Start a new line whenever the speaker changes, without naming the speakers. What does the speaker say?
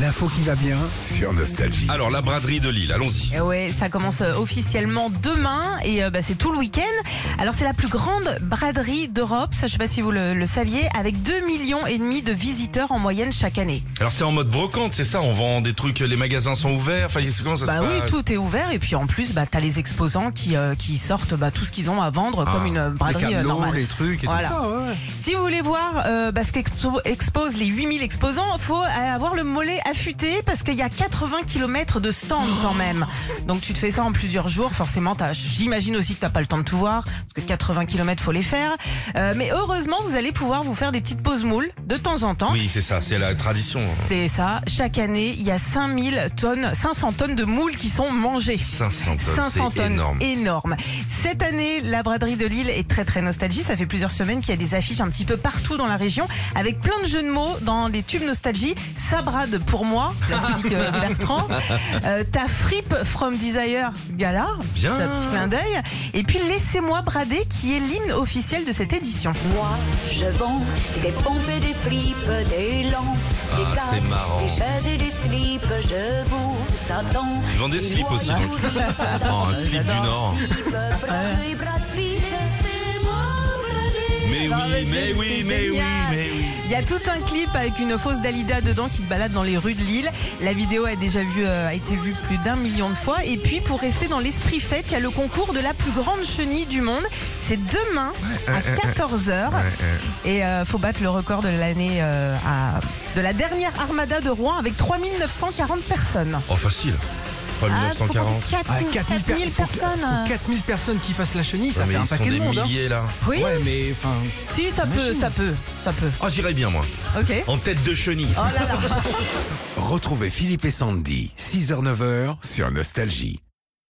L'info qui va bien sur Nostalgie.
Alors, la braderie de Lille, allons-y.
Eh ouais, ça commence euh, officiellement demain et euh, bah, c'est tout le week-end. Alors c'est la plus grande braderie d'Europe, ça je sais pas si vous le, le saviez, avec 2 millions et demi de visiteurs en moyenne chaque année.
Alors, c'est en mode brocante, c'est ça On vend des trucs, les magasins sont ouverts, enfin, c'est- comment ça
bah
se
oui,
passe
tout est ouvert et puis en plus bah t'as les exposants qui euh, qui sortent bah, tout ce qu'ils ont à vendre
Ah,
comme une euh,
les
braderie euh,
tableaux,
normale.
les trucs et
Voilà.
tout ça. ouais.
Si vous voulez voir euh, bah, ce qu'exposent les 8000 exposants, faut euh, avoir le mollet affûté parce qu'il y a 80 km de stands quand même. Donc tu te fais ça en plusieurs jours, forcément. t'as- J'imagine aussi que t'as pas le temps de tout voir parce que 80 km faut les faire. Euh, mais heureusement, vous allez pouvoir vous faire des petites pauses moules de temps en temps.
Oui, c'est ça, c'est la tradition.
C'est ça. Chaque année, il y a 5000 tonnes, 500 tonnes de moules qui sont mangées.
500 tonnes,
500
c'est
tonnes,
énorme.
énorme. Cette année, la braderie de Lille est très très nostalgie. Ça fait plusieurs semaines qu'il y a des affiches un petit peu partout dans la région avec plein de jeux de mots dans les tubes nostalgie. Ça brade pour moi, classique euh, Bertrand. Euh, ta fripe from desire gala, petit,
Bien.
un petit clin d'œil. Et puis laissez-moi brader qui est l'hymne officiel de cette édition.
Moi, je vends des pompes, et des fripes, des lampes,
Ah,
des
c'est marrant.
des chaises et des slips. Je vous attends.
Ils vendent des
Ils
slips
voient
aussi,
ma
donc.
roue,
Oh, un slip du Nord.
ils me bradent, ils bradent, puis laissez-moi brader.
Mais
Non, mais
oui, mais
c'est-
oui,
c'est
mais oui,
génial.
mais oui.
Il y a tout un clip avec une fausse Dalida dedans qui se balade dans les rues de Lille. La vidéo a déjà vu, euh, a été vue plus d'un million de fois. Et puis, pour rester dans l'esprit fête, il y a le concours de la plus grande chenille du monde. C'est demain à 14h. Et euh, faut battre le record de l'année euh, à- de la dernière armada de Rouen avec 3940 personnes.
Oh, facile. Pas
Ah, faut compter
1940.
4000 4000 personnes.
4000 personnes qui fassent la chenille, ça
Non, mais
fait un
ils sont
paquet de
des
monde. hein.
milliers, là.
Oui,
Ouais, mais enfin,
si, ça peut,
Imagine.
ça peut, ça peut.
Ah, j'irais bien, moi.
Ok.
En tête de chenille.
Oh là là.
Retrouvez Philippe et Sandy, 6h-9h sur Nostalgie.